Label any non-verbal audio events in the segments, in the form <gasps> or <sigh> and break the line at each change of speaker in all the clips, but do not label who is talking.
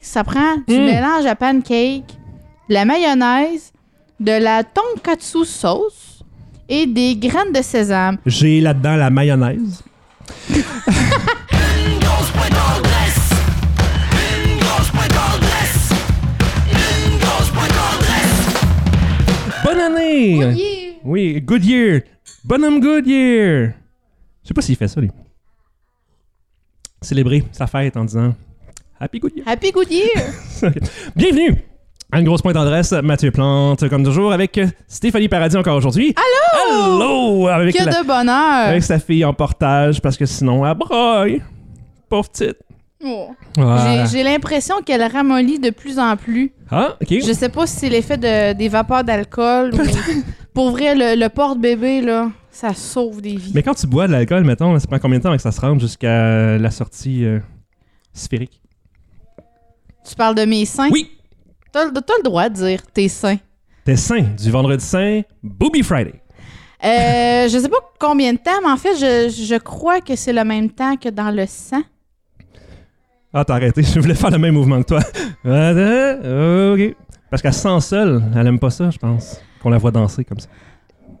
Ça prend du
Hmm.
Mm.
mélange à pancake, de la mayonnaise, de la tonkatsu sauce et des graines de sésame.
J'ai là-dedans la mayonnaise. Bonne année! Oui, Goodyear. Bonhomme Goodyear. Je sais pas s'il fait ça, lui. Célébrer sa fête en disant Happy Goodyear.
Happy Good
<laughs>
Year!
Bienvenue à une grosse pointe d'adresse, Mathieu Plante, comme toujours, avec Stéphanie Paradis encore aujourd'hui. Allô! Allô! Oh, Avec,
que
la-
de bonheur!
avec sa fille en portage, parce que sinon, elle broye. Pauvre petite.
Oh.
Voilà.
J'ai- J'ai l'impression qu'elle ramollit de plus en plus.
Ah, ok.
Je sais pas si c'est l'effet de- des vapeurs d'alcool ou...
<laughs>
Pour vrai, le, le porte-bébé, là, ça sauve des vies.
Mais quand tu bois de l'alcool, mettons, ça prend combien de temps avant que ça se rende jusqu'à la sortie euh, sphérique?
Tu parles de mes seins?
Oui!
T'as le t'as le droit de dire tes seins.
T'es sain du vendredi saint, Booby Friday.
Euh, je sais pas combien de temps, mais en fait, je, je crois que c'est le même temps que dans le sang.
Ah, t'as arrêté, <laughs> je voulais faire le même mouvement que toi. <laughs> Attends, ok. Parce qu'elle se sent seule, elle aime pas ça, je pense, qu'on la voit danser comme ça.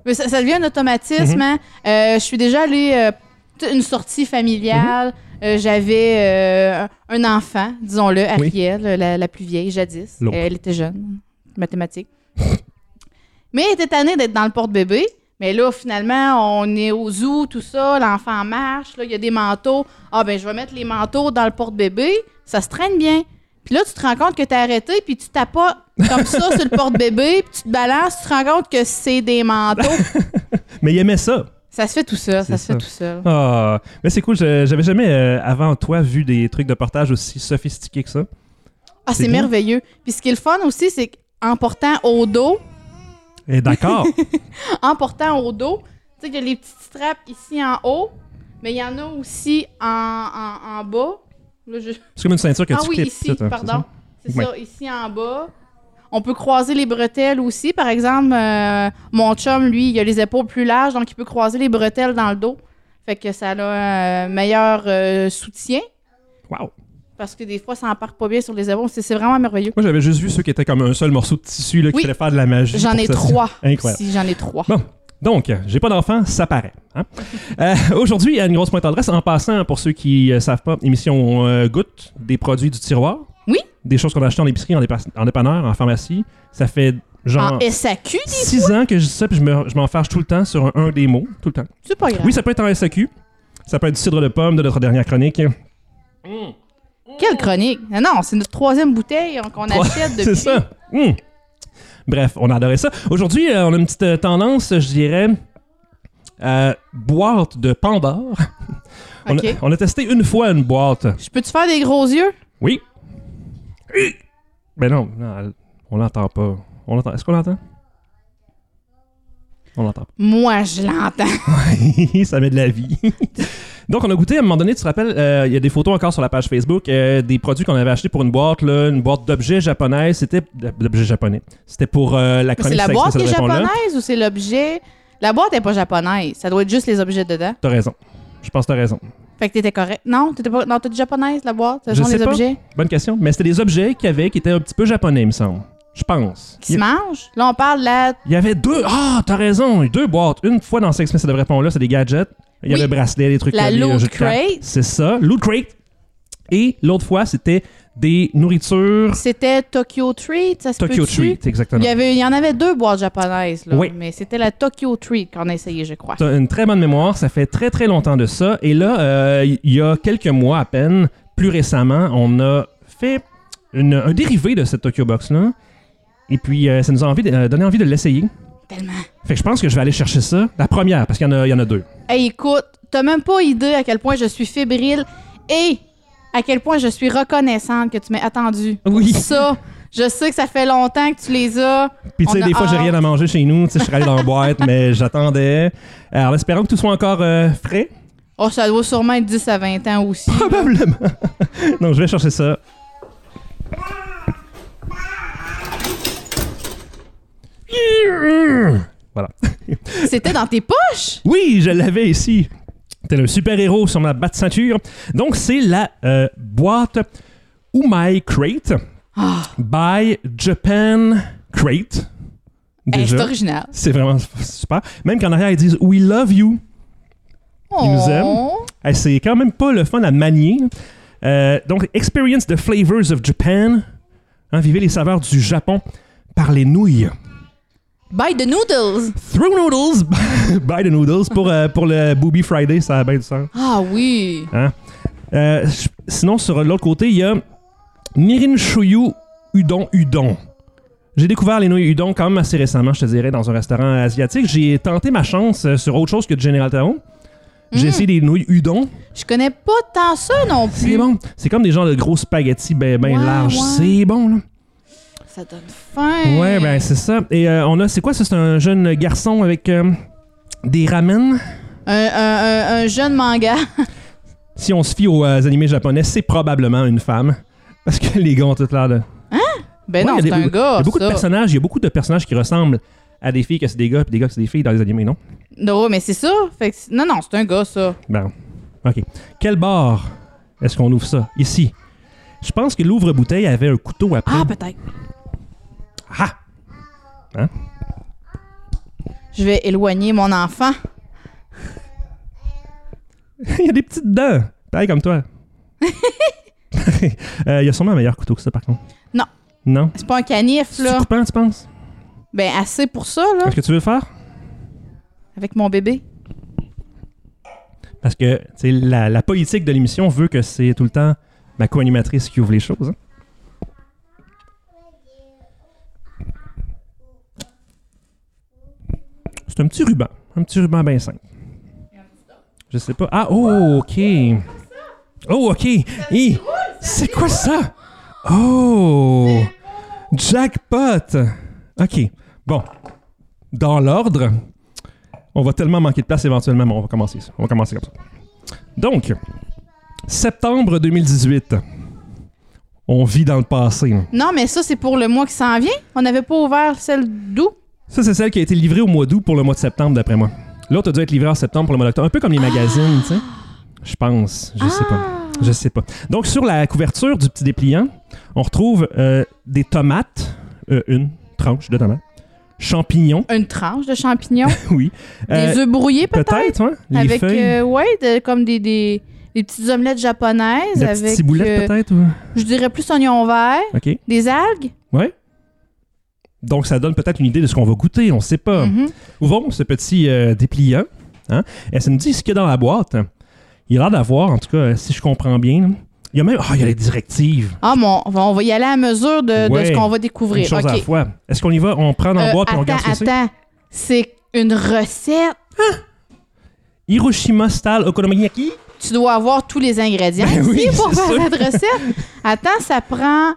Mais ça, ça devient un automatisme.
Mhm.
hein. Euh, je suis déjà allée euh, t- une sortie
Mhm.
familiale. Euh, J'avais euh, un enfant, disons-le,
Oui.
Ariel, euh, la, la plus vieille, jadis.
L'autre.
Euh, elle était jeune, mathématique. <laughs> mais elle était tannée d'être dans le porte-bébé. Mais là, finalement, on est au zoo, tout ça, l'enfant marche, là, il y a des manteaux. Ah ben, je vais mettre les manteaux dans le porte-bébé, ça se traîne bien. Puis là, tu te rends compte que t'es arrêté, puis tu tapes pas comme ça sur le porte-bébé, puis tu te balances, tu te rends compte que c'est des manteaux.
Mais il aimait ça.
Ça se fait tout seul,
C'est
ça se
ça.
fait tout seul.
Ah, mais c'est cool, je- j'avais jamais euh, avant toi vu des trucs de portage aussi sophistiqués que
Ah,
ça. C'est
c'est
bien.
merveilleux. Puis ce qui est le fun aussi, c'est qu'en portant au dos,
Et
<laughs>
d'accord.
en portant au dos, tu sais, il y a les petites straps ici en haut, mais il y en a aussi en, en, en bas. Là, je-
c'est comme une ceinture que
Ah
tu
oui,
clips.
ici,
tout, hein, c'est
pardon.
ça?
C'est
Ouais.
ça, ici en bas. On peut croiser les bretelles aussi. Par exemple, euh, mon chum, lui, il a les épaules plus larges, donc il peut croiser les bretelles dans le dos. Fait que ça a un meilleur euh, soutien,
Wow.
parce que des fois, ça n'embarque pas bien sur les épaules. C'est c'est vraiment merveilleux.
Moi, j'avais juste vu ceux qui étaient comme un seul morceau de tissu là, qui
Oui.
fallait faire de la magie.
J'en
pour
ai
que ça-
trois.
Incroyable.
Si, j'en ai trois.
Bon, donc, j'ai pas d'enfant, ça paraît. hein. Euh, Aujourd'hui, à une grosse pointe d'adresse, en passant, pour ceux qui euh, savent pas, émission où on, euh, goûte des produits du tiroir.
Oui.
Des choses qu'on a achetées en épicerie, en, dépa- en dépanneur, en pharmacie. Ça fait genre
En SAQ, dis-
six ans que je dis ça, puis je me- je m'en fâche tout le temps sur un, un des mots, tout le temps.
c'est pas grave.
Oui, ça peut être en SAQ. Ça peut être du cidre de pomme de notre dernière chronique.
Quelle chronique? Non, non, c'est notre troisième bouteille hein, qu'on
Trois-
achète depuis.
C'est ça. Mm. Bref, on a adoré ça. Aujourd'hui, euh, on a une petite euh, tendance, je dirais, euh, boîte de Pandore. on, a,
Ok.
on a testé une fois une boîte.
Je peux-tu faire des gros yeux?
Oui. Mais non, non, elle- on l'entend pas. On l'entend. Est-ce qu'on l'entend? On l'entend
<laughs> Moi, je l'entends.
pas. ça met de la vie. <laughs> Donc, on a goûté à un moment donné, tu te rappelles, euh, il y a des photos encore sur la page Facebook, euh, des produits qu'on avait achetés pour une boîte, là, une boîte d'objets japonais. C'était d'objets japonais. C'était pour euh,
Mais
la
C'est
chronique
la
Sexe,
boîte qui
cette
est
réponse-là.
japonaise ou c'est l'objet? La boîte est pas japonaise. Ça doit être juste les objets dedans.
T'as raison. Je pense que t'as raison.
Fait que t'étais correct. Non, t'étais pas. Non, t'as dit japonaise, la boîte? Ce
Je
sont
sais
les
pas.
objets
Bonne question. Mais c'était des objets qu'il y avait qui étaient un petit peu japonais, il me semble. Je pense.
qui
Il
se mangent. Là, on parle de la.
il y avait deux. Ah, t'as raison. Il y a Deux boîtes. Une fois dans Sex Mess, ça devrait répondre là. C'est des gadgets. Il y
Oui.
avait bracelets, des trucs
La
là, des, euh,
loot
jeux de cartes.
crate.
C'est ça. Loot crate. Et l'autre fois, c'était des nourritures
C'était Tokyo Treat, ça se
Tokyo
peut-tu?
Treat. Exactement.
Il y, avait, il y en avait deux boîtes japonaises, là.
Oui.
Mais c'était la Tokyo Treat qu'on a essayé, je crois.
T'as une très bonne mémoire, ça fait très très longtemps de ça. Et là, euh, il y a quelques mois à peine, plus récemment, on a fait une- un dérivé de cette Tokyo Box-là. Et puis, euh, ça nous a envie de- euh, donné envie de l'essayer.
Tellement.
Fait que je pense que je vais aller chercher ça. La première, parce qu'il y, en a- il y en a deux.
Hey, écoute, t'as même pas idée à quel point je suis fébrile et à quel point je suis reconnaissante que tu m'aies attendu.
Oui.
Ça, je sais que ça fait longtemps que tu les as.
Puis tu sais,
On a
des fois, j'ai
hâte.
rien à manger chez nous. Tu sais, je serais allé dans la boîte,
<laughs>
mais j'attendais. Euh, En espérant que tout soit encore euh, frais.
Oh, ça doit sûrement être 10 à 20 ans aussi.
Probablement. <laughs> Donc, je vais chercher ça. Voilà.
C'était dans tes poches?
Oui, je l'avais ici. T'es un super-héros sur ma batte ceinture. Donc, c'est la euh, boîte Umai Crate
Ah,
by Japan Crate.
hey, c'est
Déjà,
original.
c'est vraiment super. Même qu'en arrière, ils disent We love you. Ils nous aiment.
Oh.
Hey, c'est quand même pas le fun à manier. là. Euh, donc, Experience the Flavors of Japan. Hein, vivez les saveurs du Japon par les nouilles.
By the noodles.
Through Noodles <laughs> by the Noodles pour, euh, pour le Booby Friday, ça a bien du sens.
Ah oui.
Hein? Euh, je- sinon, sur l'autre côté, il y a Mirin Shoyu Udon Udon. J'ai découvert les nouilles udon quand même assez récemment, je te dirais, dans un restaurant asiatique. J'ai tenté ma chance euh, sur autre chose que de General Tao. J'ai
Mm.
essayé des nouilles udon.
Je connais pas tant ça non plus.
C'est bon. C'est comme des genres de gros spaghettis ben, ben
Ouais,
larges.
ouais.
C'est bon, là.
Ça donne faim.
Ouais, ben c'est ça. Et euh, on a, c'est quoi ça? C'est un jeune garçon avec euh, des ramen.
Un, un- un- un jeune manga. <laughs>
Si on se fie aux euh, animés japonais, c'est probablement une femme. <laughs> Parce que les gars ont tout l'air de...
Ben
Ouais,
non,
il y
c'est
a des-
un
Il y
gars.
a beaucoup
ça.
de personnages, il y a beaucoup de personnages qui ressemblent à des filles que c'est des gars, puis des gars que c'est des filles dans les animés, non?
Non, mais c'est ça. Fait que c'est- non, non, c'est un gars, ça.
Ben, OK. Quel bar est-ce qu'on ouvre ça? Ici. Je pense que l'ouvre-bouteille avait un couteau après.
Ah, peut-être.
Ah! Hein?
Je vais éloigner mon enfant.
<laughs> Il y a des petites dents! Pareil comme toi. <laughs> Euh, Il y a sûrement un meilleur couteau que ça, par contre.
Non.
Non?
C'est pas un canif,
C'est
là.
coupant, tu penses?
Ben, assez pour ça, là.
Est-ce que tu veux le faire?
Avec mon bébé.
Parce que tu sais, la, la politique de l'émission veut que c'est tout le temps ma co-animatrice qui ouvre les choses. hein. C'est un petit ruban. Un petit ruban bien simple. Je sais pas. Ah, oh, OK. Oh, OK. Hi. c'est quoi ça? Oh! Jackpot! OK. Bon. Dans l'ordre, on va tellement manquer de place éventuellement, mais on va commencer ça. On va commencer comme ça. Donc, septembre 2018. On vit dans le passé. là.
Non, mais ça, c'est pour le mois qui s'en vient. On n'avait pas ouvert celle d'où?
Ça, c'est celle qui a été livrée au mois d'août pour le mois de septembre, d'après moi. L'autre a dû être livrée en septembre pour le mois d'octobre. Un peu comme les magazines, tu sais. Je pense. Je sais pas. Je sais pas. Donc, sur la couverture du petit dépliant, on retrouve euh, des tomates. Euh, une tranche de tomates. Champignons,
Ah! Une tranche de champignons.
oui. <laughs> Euh,
des œufs brouillés, peut-être.
Peut-être, hein? Les
avec,
feuilles.
euh, ouais, de- comme des, des, des petites omelettes japonaises.
la petite
avec,
ciboulette,
euh,
peut-être. ou-
je dirais plus oignon vert,
OK.
des algues.
Ouais. Donc, ça donne peut-être une idée de ce qu'on va goûter, on ne sait pas.
Mhm.
Ouvrons ce petit euh, dépliant. Hein? Et ça nous dit ce qu'il y a dans la boîte. Il y a l'air d'avoir, en tout cas, euh, si je comprends bien, là, il y a même. Ah, il y a les directives.
Ah, bon, on va- on va y aller à mesure de, de
Ouais.
ce qu'on va
Une
découvrir.
chose
OK.
à la fois. Est-ce qu'on y va, on prend dans la
Euh,
boîte et
attends,
on regarde ce que c'est?
attends. C'est une recette.
Hiroshima Style Okonomiyaki.
Tu dois avoir tous les ingrédients
Ben
ici
oui,
pour
c'est
faire
sûr.
cette recette.
<laughs>
Attends, ça prend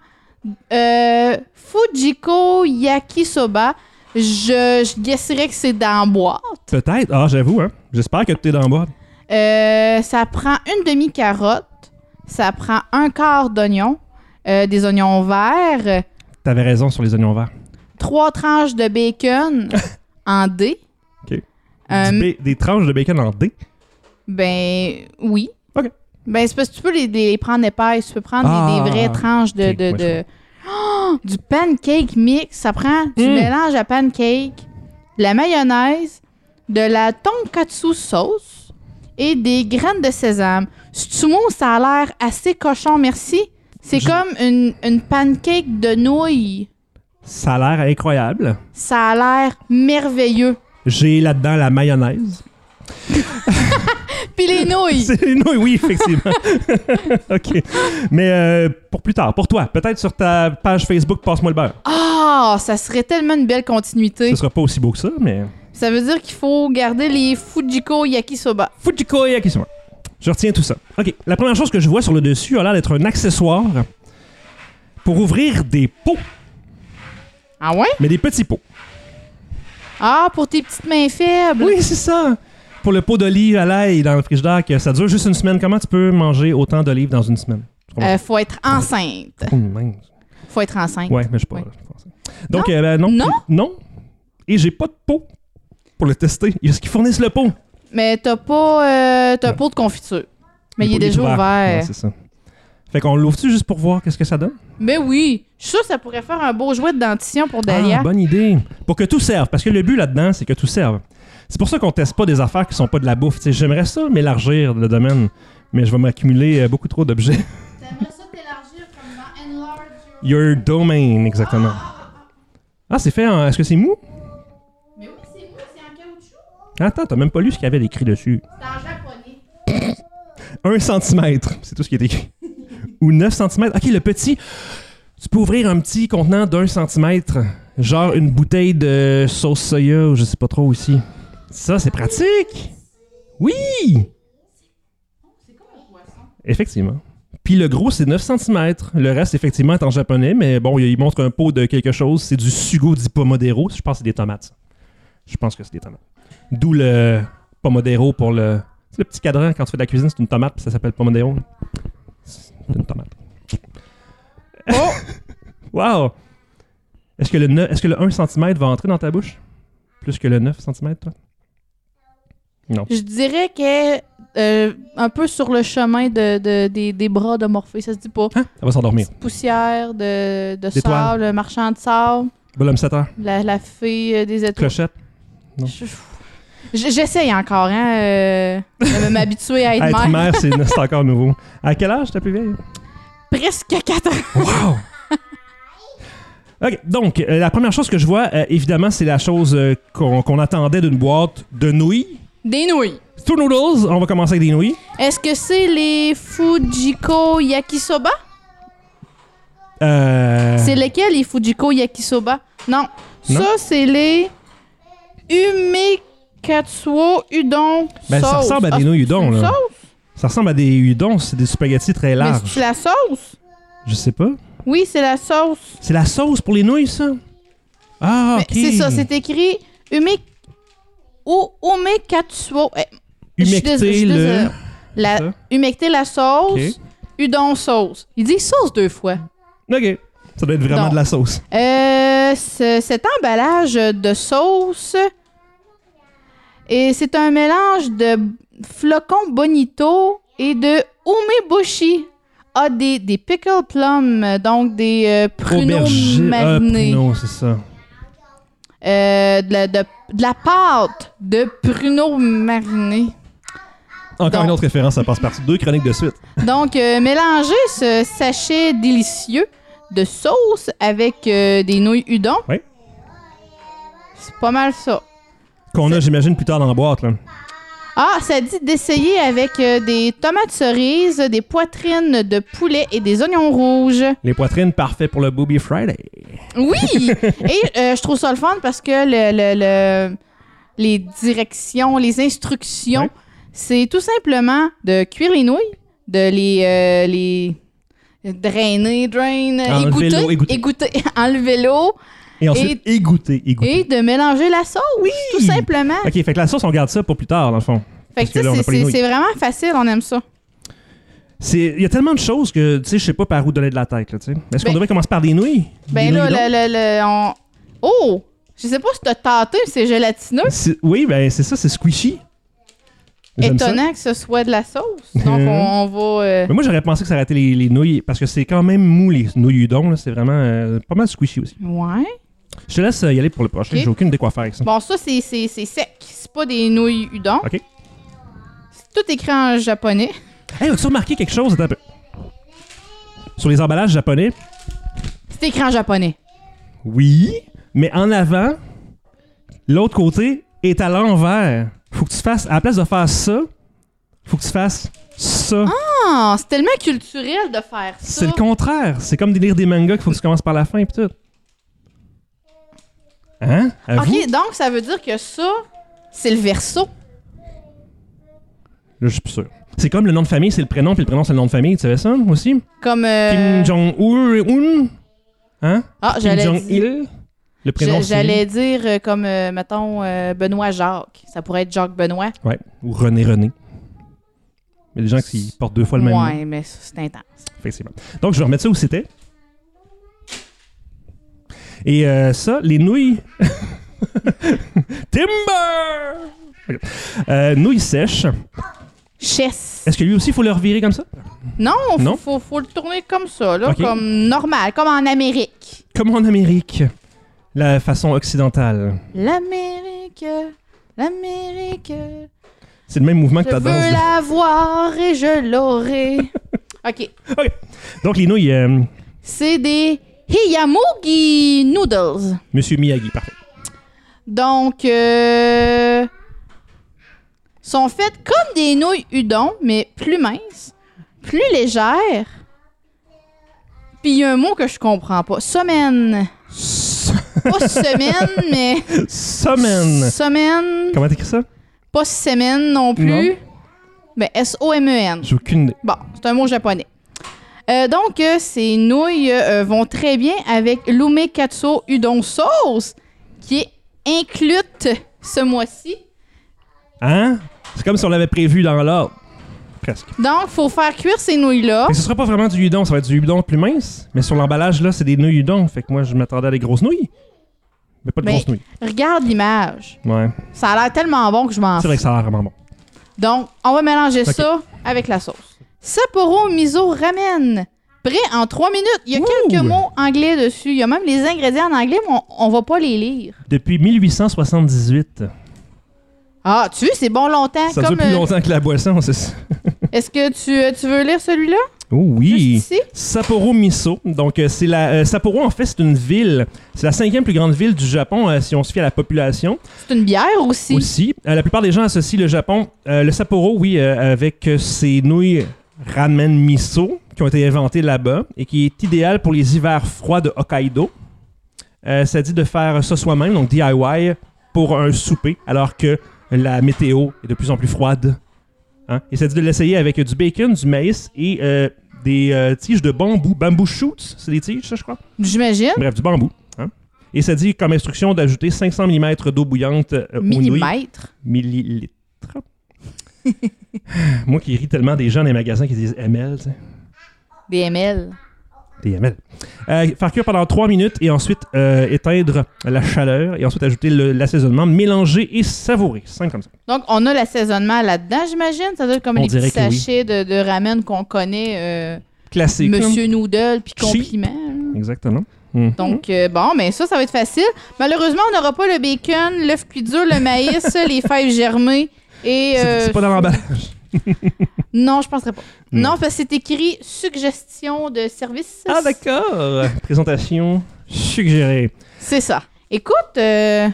euh, Fujiko Yakisoba. Je, je guesserais que c'est dans la boîte.
Peut-être. Ah, j'avoue, hein. J'espère que tout est dans la boîte.
Euh, ça prend une demi-carotte. Ça prend un quart d'oignon, euh, des oignons verts, euh,
T'avais raison sur les oignons verts.
trois tranches de
<laughs>
bacon en dés.
OK.
Euh,
Du ba- des tranches de bacon en D.
Ben oui.
OK.
Ben c'est parce que tu peux les, les prendre épaisses, tu peux prendre des-
Ah,
des, vraies tranches de,
OK,
de,
ouais, je
de- Oh, du pancake mix, ça prend du
Mm.
mélange à pancake, de la mayonnaise, de la tonkatsu sauce et des graines de sésame. Stumo, ça a l'air assez cochon, merci. C'est
Je-
comme une, une pancake de nouilles.
Ça a l'air incroyable.
Ça a l'air merveilleux.
J'ai là-dedans la mayonnaise.
Puis
<laughs>
les nouilles.
C'est les nouilles, oui, effectivement. <laughs> OK. Mais euh, pour plus tard, pour toi, peut-être sur ta page Facebook, passe-moi le beurre.
Ah, ça serait tellement une belle continuité.
Ce sera pas aussi beau que ça, mais.
Ça veut dire qu'il faut garder les Fujiko Yakisoba.
Fujiko et Akisuma. Je retiens tout ça. OK. La première chose que je vois sur le dessus a l'air d'être un accessoire pour ouvrir des pots,
Ah ouais?
mais des petits pots.
Ah, pour tes petites mains faibles.
Oui, c'est ça. Pour le pot d'olive à l'ail dans le frigidaire, que ça dure juste une semaine. Comment tu peux manger autant d'olives dans une semaine? Tu comprends?
Euh, faut être enceinte.
Oh, mince.
Faut être enceinte.
Ouais, mais je pense.
Ouais.
Donc, euh, ben, non.
Non?
Non. Et j'ai pas de pot pour le tester. Est-ce qu'ils fournissent le pot?
Mais t'as pas, euh, t'as pas de confiture. Mais il est
pot
déjà ouvert.
Ouais, c'est ça. Fait qu'on l'ouvre-tu juste pour voir qu'est-ce que ça donne?
Mais Ben oui, je suis sûre que ça pourrait faire un beau jouet de dentition pour Dalia.
Ah, bonne idée. Pour que tout serve, parce que le but là-dedans, c'est que tout serve. C'est pour ça qu'on teste pas des affaires qui sont pas de la bouffe. Tu sais, J'aimerais ça m'élargir le domaine, mais je vais m'accumuler euh, beaucoup trop d'objets. <laughs>
T'aimerais ça t'élargir comme dans Enlarge Your-
Your domain, exactement. Ah, c'est fait en... Est-ce que c'est mou?
Mais oui, c'est moi, c'est en caoutchouc.
Attends, t'as même pas lu ce qu'il y avait écrit dessus.
C'est en japonais.
1 cm, c'est tout ce qui est écrit. Ou 9 cm. Ok, le petit. Tu peux ouvrir un petit contenant d'un centimètre, genre une bouteille de sauce soya ou je sais pas trop aussi. Ça, c'est pratique! Oui!
C'est comme un poisson.
Effectivement. Puis le gros, c'est 9 cm. Le reste, effectivement, est en japonais, mais bon, il il montre un pot de quelque chose. C'est du sugo di pomodoro. Je pense que c'est des tomates. ça. Je pense que c'est des tomates. D'où le pomodoro pour le. Tu sais, le petit cadran, quand tu fais de la cuisine, c'est une tomate, puis ça s'appelle pomodoro. C'est une tomate.
Oh!
<laughs> Wow! Est-ce que, le ne- est-ce que le 1 cm va entrer dans ta bouche? Plus que le 9 cm, toi? Non.
Je dirais qu'elle est un peu sur le chemin de, de- des, des bras de Morphée, ça se dit pas.
Hein? Elle va s'endormir.
Petite Poussière de, de
D'étoiles.
sable, le marchand de sable,
Bonhomme 7 heures.
la, la fée euh, des étoiles.
Clochette. non.
Je- je- J'essaye encore, hein, euh, de m'habituer
<laughs>
à être,
Être
mère. <laughs>
mère, c'est, c'est encore nouveau. À quel âge ta plus vieille?
Presque 4 ans.
Wow! OK, donc, euh, la première chose que je vois, euh, évidemment, c'est la chose euh, qu'on qu'on attendait d'une boîte de nouilles.
Des nouilles.
Two noodles, on va commencer avec des nouilles.
Est-ce que c'est les Fujiko Yakisoba?
Euh,
C'est lesquels les Fujiko Yakisoba? Non.
Non.
Ça, c'est les Umekatsuo Udon
ben,
sauce.
ça ressemble à
Ah,
des nouilles
c'est
udon,
une
là.
sauce?
Ça ressemble à des udons, c'est des spaghettis très
Mais
larges.
c'est la sauce?
Je sais pas.
Oui, c'est la sauce.
C'est la sauce pour les nouilles, ça? Ah,
Mais
OK.
Euh, C'est ça, c'est écrit Ume... U- Umekatsuo. Eh, je suis
Humecter
dés- je suis
le...
désolée. La...
ça.
Humecter la sauce, udon sauce. Il dit sauce deux fois.
OK. Ça doit être vraiment
Non.
de la sauce.
Euh, ce- cet emballage de sauce et c'est un mélange de flocons bonito et de umeboshi. Ah, des, des pickle plums, donc des euh, pruneaux
Aubergine. Ah,
marinés.
pruneaux, c'est ça.
Euh, de, la- de- de la pâte de pruneaux marinés.
Encore
Donc-
une autre référence, ça passe partout. Deux chroniques de suite.
Donc, euh, mélangez ce sachet délicieux de sauce avec euh, des nouilles udon.
Oui.
C'est pas mal ça.
Qu'on a, j'imagine, plus tard dans la boîte, là.
Ah, ça dit d'essayer avec euh, des tomates cerises, des poitrines de poulet et des oignons rouges.
Les poitrines, parfait pour le Booby Friday.
Oui! et euh, je trouve ça le fun parce que le, le- le- les directions, les instructions,
Ouais.
c'est tout simplement de cuire les nouilles, de les, euh, les drainer, drain, euh,
Enlever
égoutter,
l'eau, égoutter.
égoutter, <laughs> enlever l'eau
Et ensuite, égoutter, égoutter.
et de mélanger la sauce. Oui! Tout simplement.
OK, fait que la sauce, on garde ça pour plus tard, dans le fond.
Fait
parce
que
que
tu sais,
là, on a
c'est
pas les
c'est-
nouilles.
c'est vraiment facile, on aime ça.
C'est- Il y a tellement de choses que, tu sais, je sais pas par où donner de la tête, là, tu sais. Est-ce qu'on
Ben-
devrait commencer par des nouilles?
Ben
Des
là,
nouilles
le, le- le- on- Oh! Je sais pas si t'as tâté, mais c'est gélatineux.
donc? C'est- Oui, ben c'est ça, c'est squishy. J'aime ça.
Étonnant que ce soit de la sauce. Donc,
Mhm.
on, on va... euh,
Mais moi, j'aurais pensé que ça aurait été les, les nouilles, parce que c'est quand même mou, les nouilles udon. là. C'est vraiment euh, pas mal squishy aussi.
Ouais.
Je te laisse euh, y aller pour le prochain.
Ok.
J'ai aucune idée quoi faire avec ça.
Bon, ça, c'est c'est- c'est sec. C'est pas des nouilles udon.
OK.
C'est tout écrit en japonais.
Hey, as-tu remarqué quelque chose? Attends un peu. Sur les emballages japonais,
C'est écrit en japonais.
oui, mais en avant, l'autre côté est à l'envers. Faut que tu fasses, à la place de faire ça, faut que tu fasses ça.
Ah, c'est tellement culturel de faire ça.
c'est le contraire. C'est comme lire des mangas qu'il faut que tu commences par la fin et tout. Hein? À vous?
OK, donc ça veut dire que ça, c'est le verso.
Là, je suis plus sûr. C'est comme le nom de famille, c'est le prénom, puis le prénom, c'est le nom de famille. Tu savais ça aussi?
Comme... euh,
Kim Jong-un. Hein?
ah,
Kim
j'allais dire...
Jong-il. Le prénom,
j'a-
c'est-
J'allais dire euh, comme, euh, mettons, euh, Benoît Jacques. Ça pourrait être Jacques Benoît.
Ouais. Ou René René. Il y a des gens qui portent deux fois le même nom.
Ouais, mais ça, c'est intense.
Effectivement. Donc, je vais remettre ça où c'était. Et euh, ça, les nouilles. <laughs> Timber! Ok. Euh, nouilles sèches.
Chess.
Est-ce que lui aussi, il faut le revirer comme ça?
Non, faut,
Non?
Faut, faut le tourner comme ça, là,
Ok.
comme normal, comme en Amérique.
Comme en Amérique, la façon occidentale.
L'Amérique, l'Amérique,
C'est le même mouvement que
je
ta
veux
danse. là.
la voir et je l'aurai.
<laughs>
OK.
Donc, les nouilles, euh,
C'est des Hiyamugi Noodles.
Monsieur Miyagi, parfait.
Donc, euh, sont faites comme des nouilles udon, mais plus minces, plus légères. Puis il y a un mot que je comprends pas. Semaine.
S- <laughs>
Pas semaine, mais.
Somen.
Semaine.
Comment t'écris ça?
Pas semaine non plus. Ben, S-O-M-E-N.
J'ai aucune.
Bon, c'est un mot japonais. Euh, donc, euh, ces nouilles euh, vont très bien avec l'umekatsu udon sauce, qui est inclute ce mois-ci.
Hein? C'est comme si on l'avait prévu dans l'ordre. Presque.
Donc, faut faire cuire ces nouilles-là.
Fait que ce sera pas vraiment du udon, ça va être du udon plus mince. Mais sur l'emballage, là, c'est des nouilles udon. Fait que moi, je m'attendais à des grosses nouilles. Mais pas de
Mais-
grosses nouilles.
Regarde l'image.
Ouais.
Ça a l'air tellement bon que je m'en
C'est
fous.
vrai que ça a l'air vraiment bon.
Donc, on va mélanger
Ok.
ça avec la sauce. Sapporo miso ramen. Prêt en trois minutes. Il y a
Ouh.
quelques mots anglais dessus. Il y a même les ingrédients en anglais, mais on, on va pas les lire.
Depuis 1878.
Ah, tu sais, c'est bon longtemps.
Ça
comme,
dure plus
euh,
longtemps que la boisson, c'est ça.
Est-ce que tu, euh, tu veux lire celui-là?
Oh oui!
Juste ici?
Sapporo Miso. Donc, euh, c'est la. euh, Sapporo, en fait, c'est une ville. C'est la cinquième plus grande ville du Japon, euh, si on se fie à la population.
C'est une bière aussi.
Aussi. Euh, la plupart des gens associent le Japon, euh, le Sapporo, oui, euh, avec euh, ses nouilles ramen miso qui ont été inventées là-bas et qui est idéal pour les hivers froids de Hokkaido. Euh, ça dit de faire ça soi-même, donc DIY, pour un souper, alors que la météo est de plus en plus froide. Hein? Et ça dit de l'essayer avec du bacon, du maïs et euh, des euh, tiges de bambou. Bamboo shoots, c'est des tiges, ça, je crois.
J'imagine.
Bref, du bambou. hein. Et ça dit comme instruction d'ajouter 500 mm d'eau bouillante euh, aux nouilles
Millimètre.
millilitres. <laughs> Moi qui ris tellement des gens dans les magasins qui disent ML, tu sais,
Des ml.
des ML. Euh, faire cuire pendant 3 minutes et ensuite euh, éteindre la chaleur et ensuite ajouter le- l'assaisonnement, mélanger et savourer. Cinq comme ça.
Donc, on a l'assaisonnement là-dedans, j'imagine. Ça doit être comme
On
les petits
dirait que oui.
sachets de, de ramen qu'on connaît, euh,
Classique.
Monsieur Noodle, puis
Cheap.
compliment.
là. Exactement. Mhm.
Donc, euh, bon, mais ça, ça va être facile. Malheureusement, on n'aura pas le bacon, l'œuf cuit dur, le
<laughs>
maïs, les fèves germées et...
C'est-
euh,
c'est pas dans
<laughs>
l'emballage.
Non, je penserais pas.
Non.
Non, parce que c'est écrit « suggestion de service
Ah, d'accord. Présentation suggérée.
C'est ça. Écoute, euh,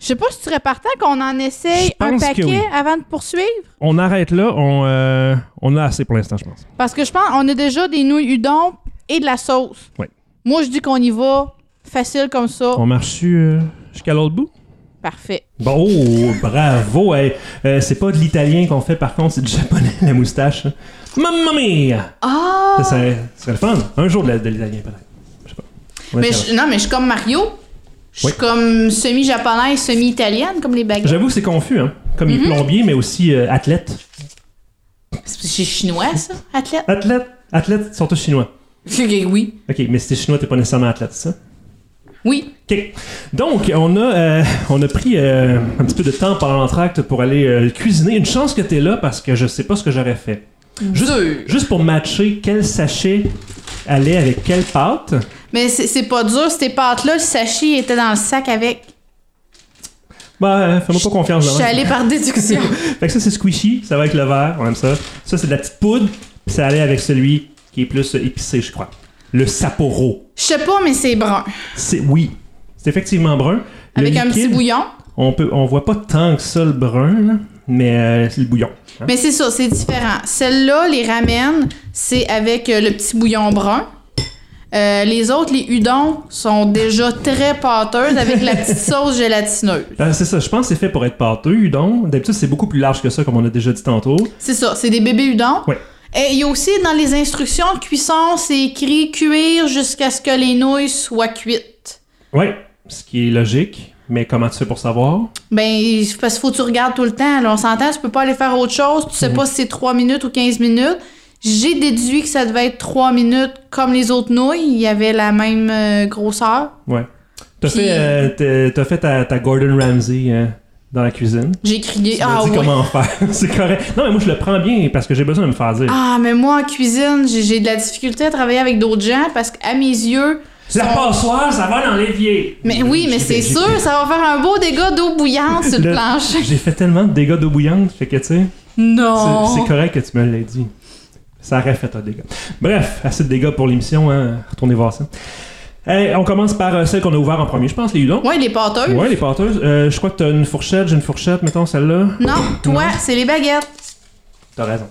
je sais pas si tu serais partant qu'on en essaye
Je
un
pense que
paquet
oui.
avant de poursuivre.
On arrête là. On, euh, on a assez pour l'instant, je pense.
Parce que je pense on a déjà des nouilles udon et de la sauce.
Ouais.
Moi, je dis qu'on y va facile comme ça.
On marche euh, jusqu'à l'autre bout?
Parfait.
Bon, oh, bravo! hey. Euh, c'est pas de l'italien qu'on fait, par contre, c'est du japonais, <laughs> la moustache. hein. Mamma mia!
Ah!
Ça, ça serait le fun. Un jour de, la- de l'italien, peut-être. Je sais pas. On
Mais
essaiera.
je- non, mais je suis comme Mario. Je suis
Oui.
comme semi-japonaise, semi-italienne, comme les baguettes.
J'avoue que c'est confus, hein. Comme les plombiers, mais aussi euh, athlètes.
C'est parce que C'est chinois, ça, athlète?
Athlètes, athlètes, ils sont tous chinois.
Oui.
<laughs> Ok, mais si t'es chinois, t'es pas nécessairement athlète, c'est ça?
Oui.
OK. Donc, on a, euh, on a pris euh, un petit peu de temps par l'entracte pour aller euh, cuisiner. Une chance que t'es là parce que je sais pas ce que j'aurais fait. Juste,
Dur.
juste pour matcher quel sachet allait avec quelle pâte.
Mais c'est c'est pas dur, ces pâtes-là, le sachet était dans le sac avec.
Bah, euh, fais-moi pas confiance.
Je suis
Laurent.
allée
<laughs>
par déduction.
Fait que ça, c'est squishy, ça va avec le verre, on aime ça. Ça, c'est de la petite poudre, puis ça allait avec celui qui est plus euh, épicé, je crois. Le Sapporo.
Je sais pas, mais c'est brun.
C'est, oui, c'est effectivement brun. Le
Avec un petit
liquide, Ah.
bouillon.
On, peut, on voit pas tant que ça le brun, là, mais euh, c'est le bouillon. hein.
Mais c'est ça, c'est différent. Celle-là, les ramen, c'est avec euh, le petit bouillon brun. Euh, les autres, les udons, sont déjà très pâteuses avec la
<laughs>
petite sauce gélatineuse.
Euh, c'est ça, je pense que c'est fait pour être pâteux, donc. D'habitude, c'est beaucoup plus large que ça, comme on a déjà dit tantôt.
C'est ça, c'est des bébés udons.
Ouais.
Et il y a aussi dans les instructions de cuisson, c'est écrit cuire jusqu'à ce que les nouilles soient cuites.
Ouais, ce qui est logique, mais comment tu fais pour savoir?
Ben, parce qu'il faut que tu regardes tout le temps. Là, on s'entend, tu peux pas aller faire autre chose. Tu sais
Mm-hmm.
pas si c'est 3 minutes ou 15 minutes. J'ai déduit que ça devait être 3 minutes comme les autres nouilles. Il y avait la même euh, grosseur.
Ouais. T'as
Puis-
fait, euh, t'as- t'as fait ta, ta Gordon Ramsay, hein, dans la cuisine.
J'ai crié.
Tu m'as
ah
dit
ouais.
comment faire. <laughs> c'est correct. Non, mais moi, je le prends bien parce que j'ai besoin de me faire dire.
Ah, mais moi, en cuisine, j'ai j'ai de la difficulté à travailler avec d'autres gens parce qu'à mes yeux. sont-
la passoire, ça va dans l'évier.
Mais oui, mais c'est
J'ai- j'ai-
sûr, ça va faire un beau dégât d'eau bouillante sur le,
Le-
plancher.
J'ai fait tellement de dégâts d'eau bouillante, fait que tu sais,
Non.
c'est c'est correct que tu me l'aies dit. Ça aurait fait un dégât. Bref, assez de dégâts pour l'émission, hein. Retournez voir ça. Eh, on commence par euh, celle qu'on a ouverte en premier, je pense, les hudons.
Ouais, les pâteuses.
Ouais, les pâteuses. Euh, je crois que t'as une fourchette, j'ai une fourchette, mettons celle-là.
Non, toi, c'est les baguettes. <laughs>
T'as raison.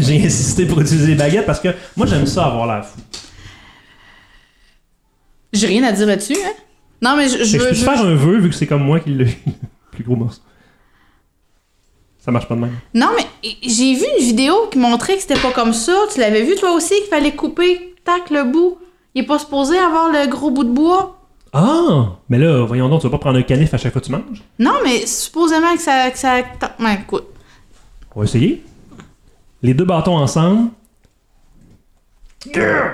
j'ai insisté pour utiliser les baguettes parce que moi j'aime ça avoir l'air fou.
J'ai rien à dire là-dessus, hein? Non, mais je, je
Fait que je
veux.
peux
je-
faire un vœu vu que c'est comme moi qui l'ai le <laughs> plus gros morceau. Ça marche pas de même.
Non, mais j'ai vu une vidéo qui montrait que c'était pas comme ça. Tu l'avais vu toi aussi, qu'il fallait couper, tac, le bout. Il est pas supposé avoir le gros bout de bois.
Ah! Mais là, voyons donc, tu vas pas prendre un canif à chaque fois que tu manges?
Non, mais supposément que ça. Que ça ta- ouais, écoute.
On va essayer. Les deux bâtons ensemble. Euh,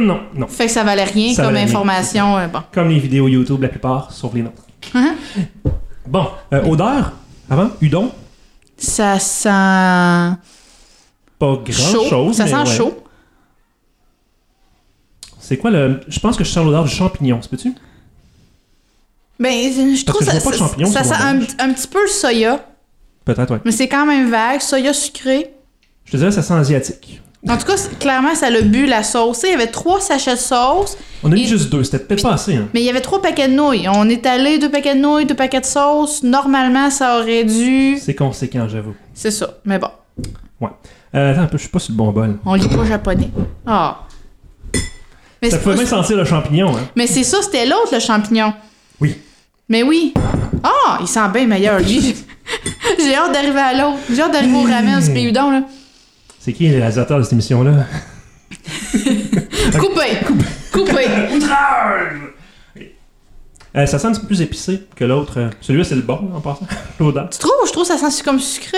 non, non.
Fait que ça valait rien
Ça
comme
valait rien.
information. euh, bon.
Comme les vidéos YouTube, la plupart, sauf les nôtres.
Hein?
Bon, euh, odeur, avant, udon,
Ça sent.
pas grand
chaud.
chose.
ça
mais
sent
ouais.
chaud.
C'est quoi le. Je pense que je sens l'odeur du champignon, c'est peux-tu?
Ben, je trouve
que je
ça.
vois pas de
ça-
champignons
ça
sur
sent
mon
un,
linge.
un petit peu le soya,
Peut-être, ouais.
mais c'est quand même vague. Soya sucré.
Je te dirais, ça sent asiatique.
En tout cas, c'est- clairement, ça l'a bu la sauce. Tu sais, Il y avait trois sachets de sauce.
On a
Et-
eu juste deux, c'était peut-être pas assez, hein.
Mais il y avait trois paquets de nouilles. On est allé deux paquets de nouilles, deux paquets de sauce. Normalement, ça aurait dû.
C'est conséquent, j'avoue.
C'est ça. Mais bon,
Euh, attends un peu, je suis pas sur le bon bol.
on lit pas japonais. Ah. Mais
Ça
c'est
peut
pas-
même sentir le champignon, hein.
Mais c'est ça, c'était l'autre, le champignon.
Oui.
Mais oui. Ah, il sent bien meilleur, lui. <laughs> J'ai hâte d'arriver à l'autre. J'ai hâte d'arriver au ramen
Hmm.
du Priudon, là.
C'est qui les réalisateurs de cette émission-là?
Coupé!
<laughs>
Coupé!
Euh, ça sent un petit peu plus épicé que l'autre. euh, Celui-là, c'est le bon, en passant. <laughs> L'odeur.
Tu trouves? Je trouve que ça sent comme sucré.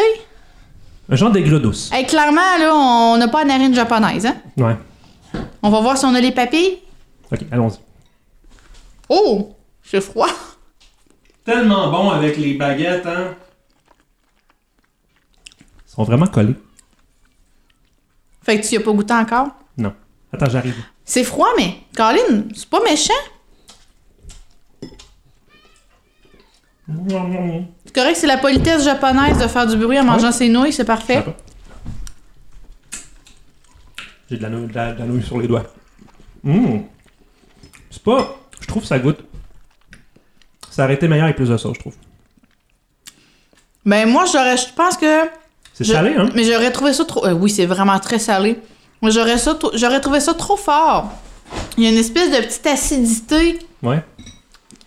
Un genre d'aigre douce.
Hey, clairement, là, on n'a pas la narine japonaise, hein?
Ouais.
On va voir si on a les papilles.
Ok, allons-y.
Oh! C'est froid.
Tellement bon avec les baguettes, hein? Ils sont vraiment collés.
Fait que tu y as pas goûté encore.
Non. Attends, j'arrive.
C'est froid, mais Caroline, c'est pas méchant. C'est correct, c'est la politesse japonaise de faire du bruit en
Ah
mangeant ses nouilles, c'est parfait.
Sympa. J'ai de la, nouille, de la- de la nouille sur les doigts. Mmh. C'est pas. Je trouve que ça goûte. Ça aurait été meilleur avec plus de sauce, je trouve.
Ben moi, j'aurais, je pense que,
C'est
Je-
salé, hein?
mais j'aurais trouvé ça trop. euh, oui, c'est vraiment très salé. Mais j'aurais ça, tro- j'aurais trouvé ça trop fort. Il y a une espèce de petite acidité
Ouais.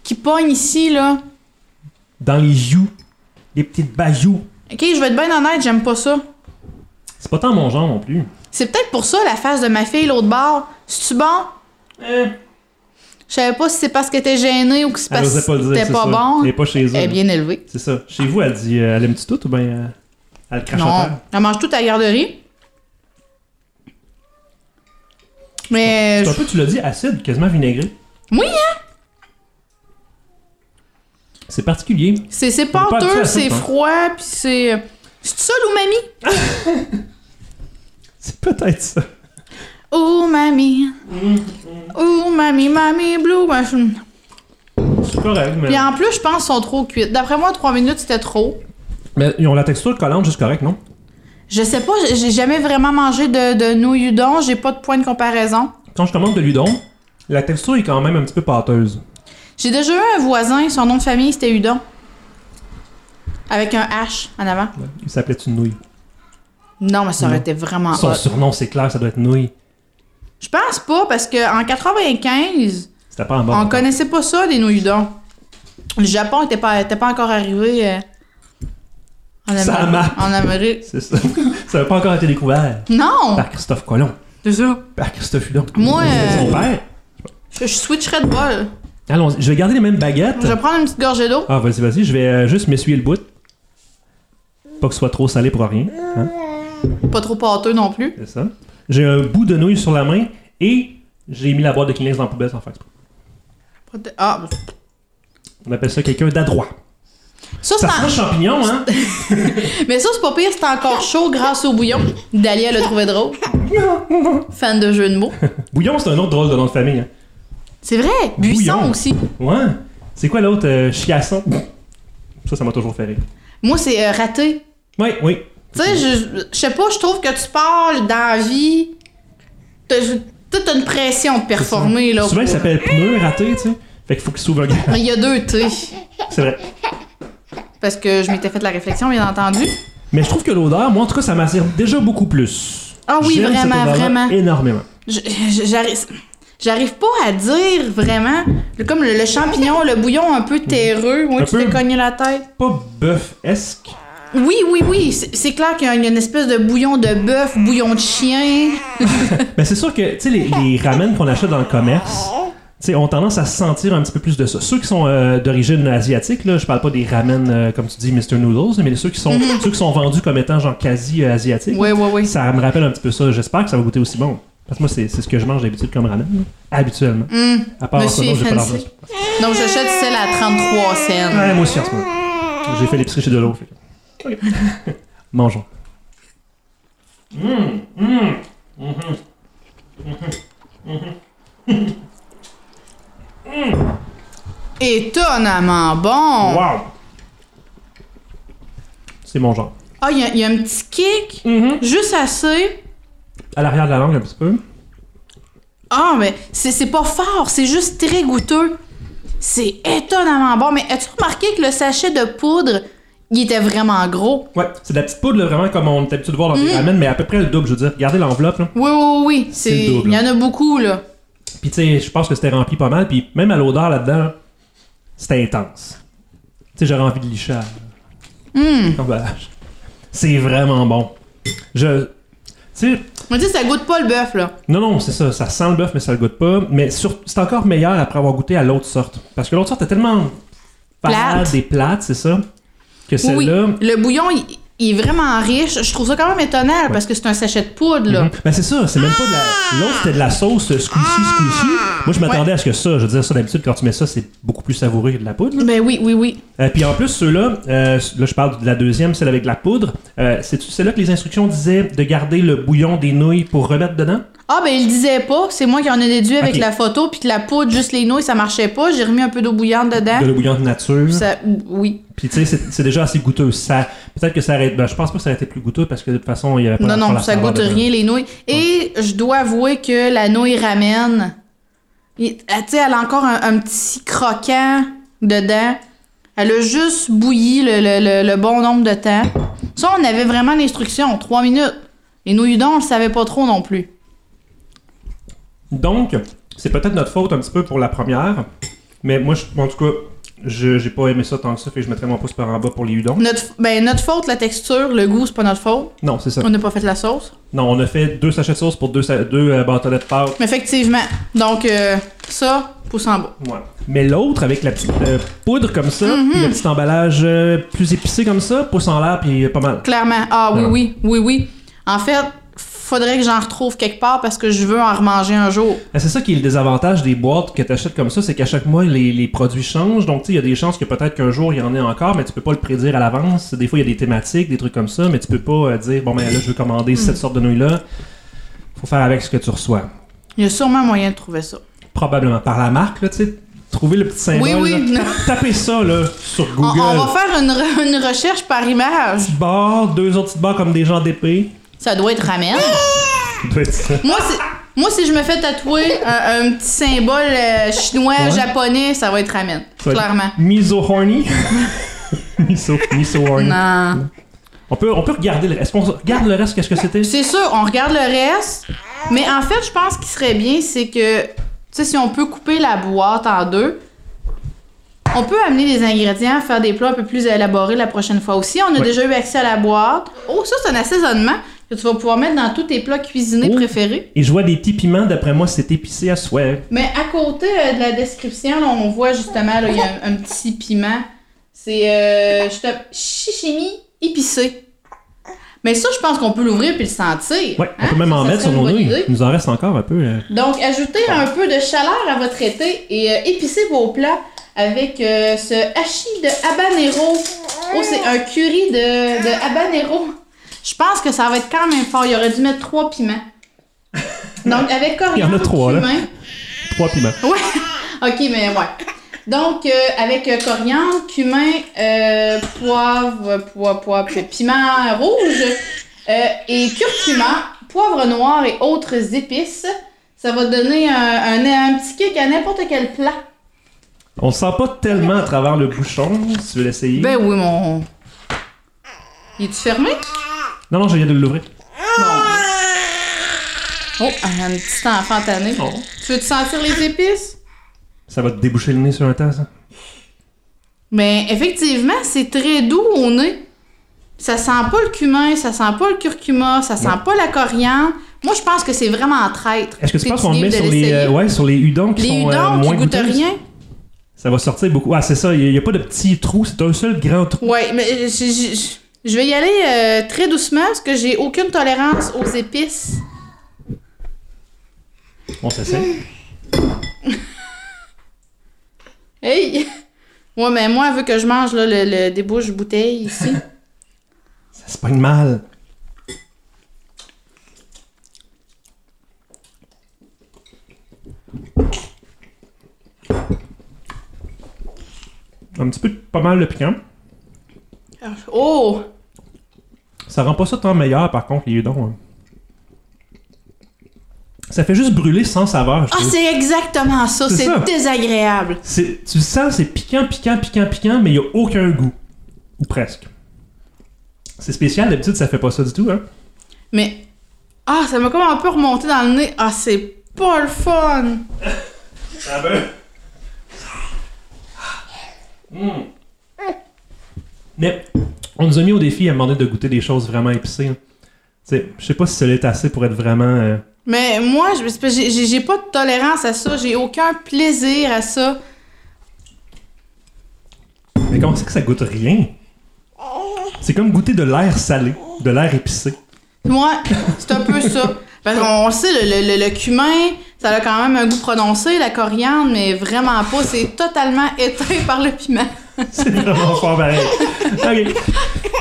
qui pogne ici là.
Dans les joues. Les petites bajoux.
Ok, je vais être bien honnête, j'aime pas ça.
C'est pas tant mon genre non plus.
C'est peut-être pour ça la face de ma fille l'autre bord. C'est tu bon? Je savais pas si c'est parce que t'es gênée ou que c'est
Euh. Elle
parce
osait pas le
que
dire.
t'es
c'est
pas
ça.
bon.
Elle est pas chez eux.
Elle est bien élevée.
C'est ça. Chez vous, elle dit euh, elle aime-tu tout ou bien euh, elle crache à
Non, Euh,
terre?
elle mange tout à la garderie. Mais
C'est un peu, tu l'as dit, acide, quasiment vinaigré.
Oui,
hein? C'est particulier.
c'est c'est
pas hein. habitué
pâteux,
à ça,
c'est
toi.
froid, puis c'est. euh, C'est ça l'umami?
C'est peut-être ça.
Oh mamie.
Mm-hmm.
Oh mamie, mamie blue. Ben, je-
C'est correct, mais.
Puis en plus, je pense qu'ils sont trop cuites. D'après moi, 3 minutes, c'était trop.
Mais ils ont la texture collante, juste correct, non?
Je sais pas, j'ai- j'ai jamais vraiment mangé de, de nouilles udon, j'ai pas de point de comparaison.
Quand je commande de l'udon, la texture est quand même un petit peu pâteuse.
J'ai déjà eu un voisin, son nom de famille, c'était udon. Avec un H en avant.
Il s'appelait une nouille.
Non, mais ça aurait
Non.
été vraiment
Son
hot.
surnom, c'est clair, ça doit être nouille.
Je pense pas parce qu'en 95,
C'était pas en bas.
on connaissait pas ça des nouilles d'on. Le Japon était pas, était pas encore arrivé euh, en,
Ça
Amérique,
map.
en Amérique.
C'est ça. <laughs> ça n'avait pas encore été découvert
Non!
par Christophe Colomb.
C'est ça.
Par Christophe Hudon.
Moi,
C'est Son
euh,
père.
Je, je switcherais de bol.
Allons, je vais garder les mêmes baguettes.
Je vais prendre une petite gorgée d'eau.
Ah, vas-y, vas-y, je vais euh, juste m'essuyer le bout. Pas que ce soit trop salé pour rien. hein,
Pas trop pâteux non plus.
C'est ça. J'ai un bout de nouille sur la main et j'ai mis la boîte de Kleenex dans la poubelle sans faire exprès.
Pas de- Ah,
On appelle ça quelqu'un d'adroit.
Ça, c'est
Ça
en-
sent le champignon, hein?
Mais ça, c'est pas pire, c'est encore chaud grâce au bouillon. Dalia l'a trouvé drôle.
<laughs>
Fan de jeux de mots.
Bouillon, c'est un autre drôle de nom de famille. Hein.
C'est vrai, buisson
Bouillon.
aussi.
Ouais. C'est quoi l'autre? euh, chiasson? Ça, ça m'a toujours fait rire.
Moi, c'est euh, raté.
Oui, oui.
Tu sais, je je sais pas, je trouve que tu parles dans la vie. T'as je- t'as- t'as une pression de performer, là.
Souvent, il s'appelle pneu raté, tu sais. Fait qu'il faut qu'il s'ouvre un gars. <laughs>
Il y a deux, tu
C'est vrai.
Parce que je m'étais fait la réflexion, bien entendu.
Mais je trouve que l'odeur, moi, en tout cas, ça m'attire déjà beaucoup plus.
Ah oui,
J'aime cette
vraiment,
odeur-là
vraiment.
Énormément.
Je- je- J'arrive. J'arrive pas à dire vraiment. Le- Comme le, le champignon, le bouillon un peu terreux. Moi,
Un
tu t'es
peu.
cogné la tête.
Pas bœuf-esque.
Oui, oui, oui. C'est c'est clair qu'il y a une espèce de bouillon de bœuf, bouillon de
<laughs>
chien.
Mais c'est sûr que, tu sais, les, les ramen qu'on achète dans le commerce, tu sais, ont tendance à sentir un petit peu plus de ça. Ceux qui sont euh, d'origine asiatique, là, je parle pas des ramen, euh, comme tu dis, Mr. Noodles, mais ceux qui sont,
Mm-hmm.
ceux qui sont vendus comme étant genre quasi euh, asiatiques,
Oui, oui, oui.
ça me rappelle un petit peu ça. J'espère que ça va goûter aussi bon. Parce que moi, c'est c'est ce que je mange d'habitude comme ramen, là. habituellement. À part
Mm. Monsieur
ça, non, j'ai pas
fancy.
d'argent.
Donc, j'achète celle à 33 cents.
Ouais, moi aussi, en ce moment. J'ai fait l'épicerie chez Delo. fait que- Ok. <laughs> Mangeons.
Étonnamment bon.
Wow! C'est mon genre. Mm-hmm.
Ah, il y a- il y, a un petit kick. Juste assez.
À l'arrière de la langue, un petit peu.
Ah, mais c'est c'est pas fort. C'est juste très goûteux. C'est étonnamment bon. Mais as-tu remarqué que le sachet de poudre, il était vraiment gros?
Ouais, c'est de la petite poudre, là, vraiment, comme on est habitué de voir dans les
Mm.
ramen, mais à peu près le double, je veux dire. Regardez l'enveloppe, là.
Oui, oui, oui.
C'est le
C'est-
double.
Il y en a beaucoup, là.
Puis, tu sais, je pense que c'était rempli pas mal, puis même à l'odeur là-dedans, c'était intense. Tu sais, j'aurais envie de licher. à-
Mm.
L'emballage. C'est vraiment bon. Je. Tu sais,
On dit ça goûte pas le bœuf, là.
Non, non, c'est ça. Ça sent le bœuf, mais ça le goûte pas. Mais sur- c'est encore meilleur après avoir goûté à l'autre sorte. Parce que l'autre sorte est tellement
Plate.
des plates, c'est ça, que
Oui,
celle-là.
oui. Le bouillon, il, il est vraiment riche. Je trouve ça quand même étonnant parce que c'est un sachet de poudre, là. Ah!
Mhm. Ben c'est ça, c'est même pas de la. L'autre c'était de la sauce euh, squishy, squishy. Moi je m'attendais à ce que ça, je veux dire ça d'habitude quand tu mets ça, c'est beaucoup plus savoureux que de la poudre. là.
Ben oui, oui, oui.
Euh, Puis en plus ceux-là, euh, là je parle de la deuxième, celle avec de la poudre, euh, c'est celle-là que les instructions disaient de garder le bouillon des nouilles pour remettre dedans.
Ah, ben il le disait pas. C'est moi qui en ai déduit avec
Ok.
la photo, puis que la poudre, juste les nouilles, ça marchait pas. J'ai remis un peu d'eau bouillante dedans.
De le bouillon de nature.
Hein? Ça- oui.
Puis tu sais, c'est- c'est déjà assez goûteux. Ça, peut-être que ça aurait. Ben, je pense pas que ça aurait été plus goûteux parce que de toute façon, il y avait pas.
Non,
la- pas
non,
la
ça
saveur
goûte
dedans.
rien, les nouilles. Et je dois avouer que la nouille ramène. il- ah, Tu sais, elle a encore un, un petit croquant dedans. Elle a juste bouilli le, le- le- le bon nombre de temps. Ça, on avait vraiment l'instruction, trois minutes. Les nouilles d'on, on le savait pas trop non plus.
Donc, c'est peut-être notre faute un petit peu pour la première, mais moi, je, en tout cas, je j'ai pas aimé ça tant que ça, fait que je mettrais mon pouce par en bas pour les udons.
Notre, ben, notre faute, la texture, le goût, c'est pas notre faute.
Non, c'est ça.
On n'a pas fait la sauce.
Non, on a fait deux sachets de sauce pour deux, sa- deux euh, bâtonnets de pâte.
Mais effectivement. Donc, euh, ça, pousse en bas.
Ouais. Mais l'autre avec la petite euh, poudre comme ça, puis le petit emballage euh, plus épicé comme ça, pousse en l'air puis pas mal.
Clairement. Ah oui,
Ouais.
oui, oui, oui. En fait, faudrait que j'en retrouve quelque part parce que je veux en remanger un jour.
Ah, C'est ça qui est le désavantage des boîtes que tu achètes comme ça, c'est qu'à chaque mois, les, les produits changent. Donc, tu sais, il y a des chances que peut-être qu'un jour, il y en ait encore, mais tu peux pas le prédire à l'avance. Des fois, il y a des thématiques, des trucs comme ça, mais tu peux pas euh, dire, bon, ben là, je veux commander
Hmm.
cette sorte de nouilles-là. Faut faire avec ce que tu reçois.
Il y a sûrement moyen de trouver ça.
Probablement par la marque, là, tu sais. Trouver le petit symbole.
Oui, oui.
là. Ta- <laughs> Tapez ça, là, sur
On,
Google.
on va faire une, re- <laughs> une recherche par image.
Barre, deux autres petites barres comme des gens d'épée.
Ça doit être ramen.
Ça doit être ça.
<gasps> moi, si, moi, si je me fais tatouer un, un petit symbole euh, chinois,
Ouais.
japonais, ça va être ramen.
Ça doit être
Clairement.
Miso horny. <laughs> miso, miso horny.
Non.
On peut, on peut regarder le reste. Est-ce qu'on regarde le reste? Qu'est-ce que c'était?
C'est sûr, on regarde le reste. Mais en fait, je pense qu'il serait bien, c'est que, tu sais, si on peut couper la boîte en deux, on peut amener des ingrédients, faire des plats un peu plus élaborés la prochaine fois aussi. On a
Ouais.
déjà eu accès à la boîte. Oh, ça, c'est un assaisonnement que tu vas pouvoir mettre dans tous tes plats cuisinés
Oh.
préférés.
Et je vois des petits piments, d'après moi, c'est épicé à souhait.
Mais à côté euh, de la description, là, on voit justement, là, il y a un, un petit piment. C'est euh, je te- chichimi épicé. Mais ça, je pense qu'on peut l'ouvrir puis le sentir.
Ouais, on
Hein?
peut même
Ça,
en
ça
mettre
serait
sur
une
nos
bonne
nouilles.
idée.
Il nous en reste encore un peu. euh.
Donc, ajoutez un peu de chaleur à votre été et euh, épicez vos plats avec euh, ce hachis de habanero Oh, c'est un curry de, de habanero. Je pense que ça va être quand même fort. Il aurait dû mettre trois piments. Donc, avec coriandre,
Il y en a trois, là.
cumin.
Trois piments.
Ouais. <laughs> OK, mais ouais. Donc, euh, avec euh, coriandre, cumin, euh, poivre, poivre, poivre, piment rouge euh, et curcuma, poivre noir et autres épices, ça va donner un, un- un petit kick à n'importe quel plat.
On sent pas tellement à travers le bouchon, si tu veux l'essayer.
Ben oui, mon... Il est fermé?
Non, non, je viens de l'ouvrir.
Oh, un petit enfant tanné.
Oh.
Tu veux-tu sentir les épices?
Ça va te déboucher le nez sur un tas, ça.
Mais effectivement, c'est très doux au nez. Ça sent pas le cumin, ça sent pas le curcuma, ça sent pas la coriandre. Moi, je pense que c'est vraiment traître.
Est-ce que tu
Puis
penses qu'on
libre
met
de
sur les,
l'essayer.
euh, ouais, sur les udons qui
les
sont euh,
udons
moins
qui goûtent
goûteuses?
rien?
Ça va sortir beaucoup. Ah, c'est ça, il n'y a, pas de petit trou, c'est un seul grand trou.
Ouais, mais euh, je, je- je- je vais y aller euh, très doucement parce que j'ai aucune tolérance aux épices.
On s'essaie.
Hey! <laughs> Ouais, mais moi, elle veut que je mange là, le, le débouche-bouteille
<laughs>
ici.
Ça se pogne mal. Un petit peu, de- pas mal de piquant.
oh!
Ça rend pas ça tant meilleur, par contre, les udons. hein. Ça fait juste brûler sans saveur, je
Ah,
trouve.
c'est exactement ça!
C'est
C'est
ça.
désagréable!
C'est- tu sens, c'est piquant, piquant, piquant, piquant, mais il n'y a aucun goût. Ou presque. C'est spécial, d'habitude, ça fait pas ça du tout, hein.
Mais. Ah, ça m'a comme un peu remonté dans le nez. Ah, c'est pas le fun!
Ça veut. Mais on nous a mis au défi à demander de goûter des choses vraiment épicées. hein. Tu sais, Je sais pas si ça l'est assez pour être vraiment. euh,
Mais moi, je- c'est parce que j'ai- j'ai j'ai pas de tolérance à ça, j'ai aucun plaisir à ça.
Mais comment c'est que ça goûte rien? C'est comme goûter de l'air salé, de l'air épicé. <laughs>
Moi, c'est un peu ça. Parce qu'on le sait, le, le- le- le cumin, ça a quand même un goût prononcé, la coriandre, mais vraiment pas. C'est totalement éteint <laughs> par le piment.
C'est vraiment fort pareil. Ok.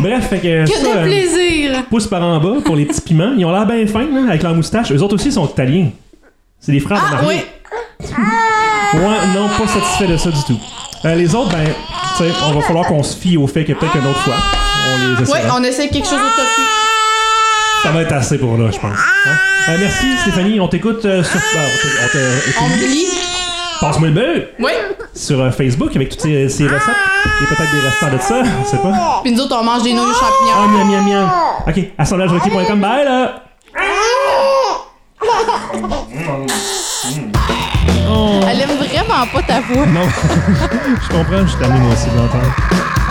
Bref, fait que.
Que
ça,
de
euh,
plaisir!
pouce par en bas pour les petits piments. Ils ont l'air bien fins, là, avec leur moustache. Eux autres aussi sont italiens. C'est des frères de
Ah
Mario.
oui!
Ouais, non, pas satisfait de ça du tout. Euh, les autres, ben, tu sais, on va falloir qu'on se fie au fait que peut-être qu'une autre fois, on les
Oui,
essaiera.
on essaie quelque chose au tofu.
Ça va être assez pour là, je pense. hein. Euh, merci Stéphanie, on t'écoute euh, sur... ah, on te-
On
on te-
oublie.
Passe-moi le but
Oui!
sur euh, Facebook avec toutes ces, ces recettes. Il y a peut-être des restants de ça, je sais pas.
Puis nous autres, on mange des nouilles aux champignons.
Ah, miam, miam, miam. Ok, assemblagerequis.com, bye là!
Elle aime vraiment pas ta voix.
<laughs> Non, je comprends, je suis tanné moi aussi de l'entendre.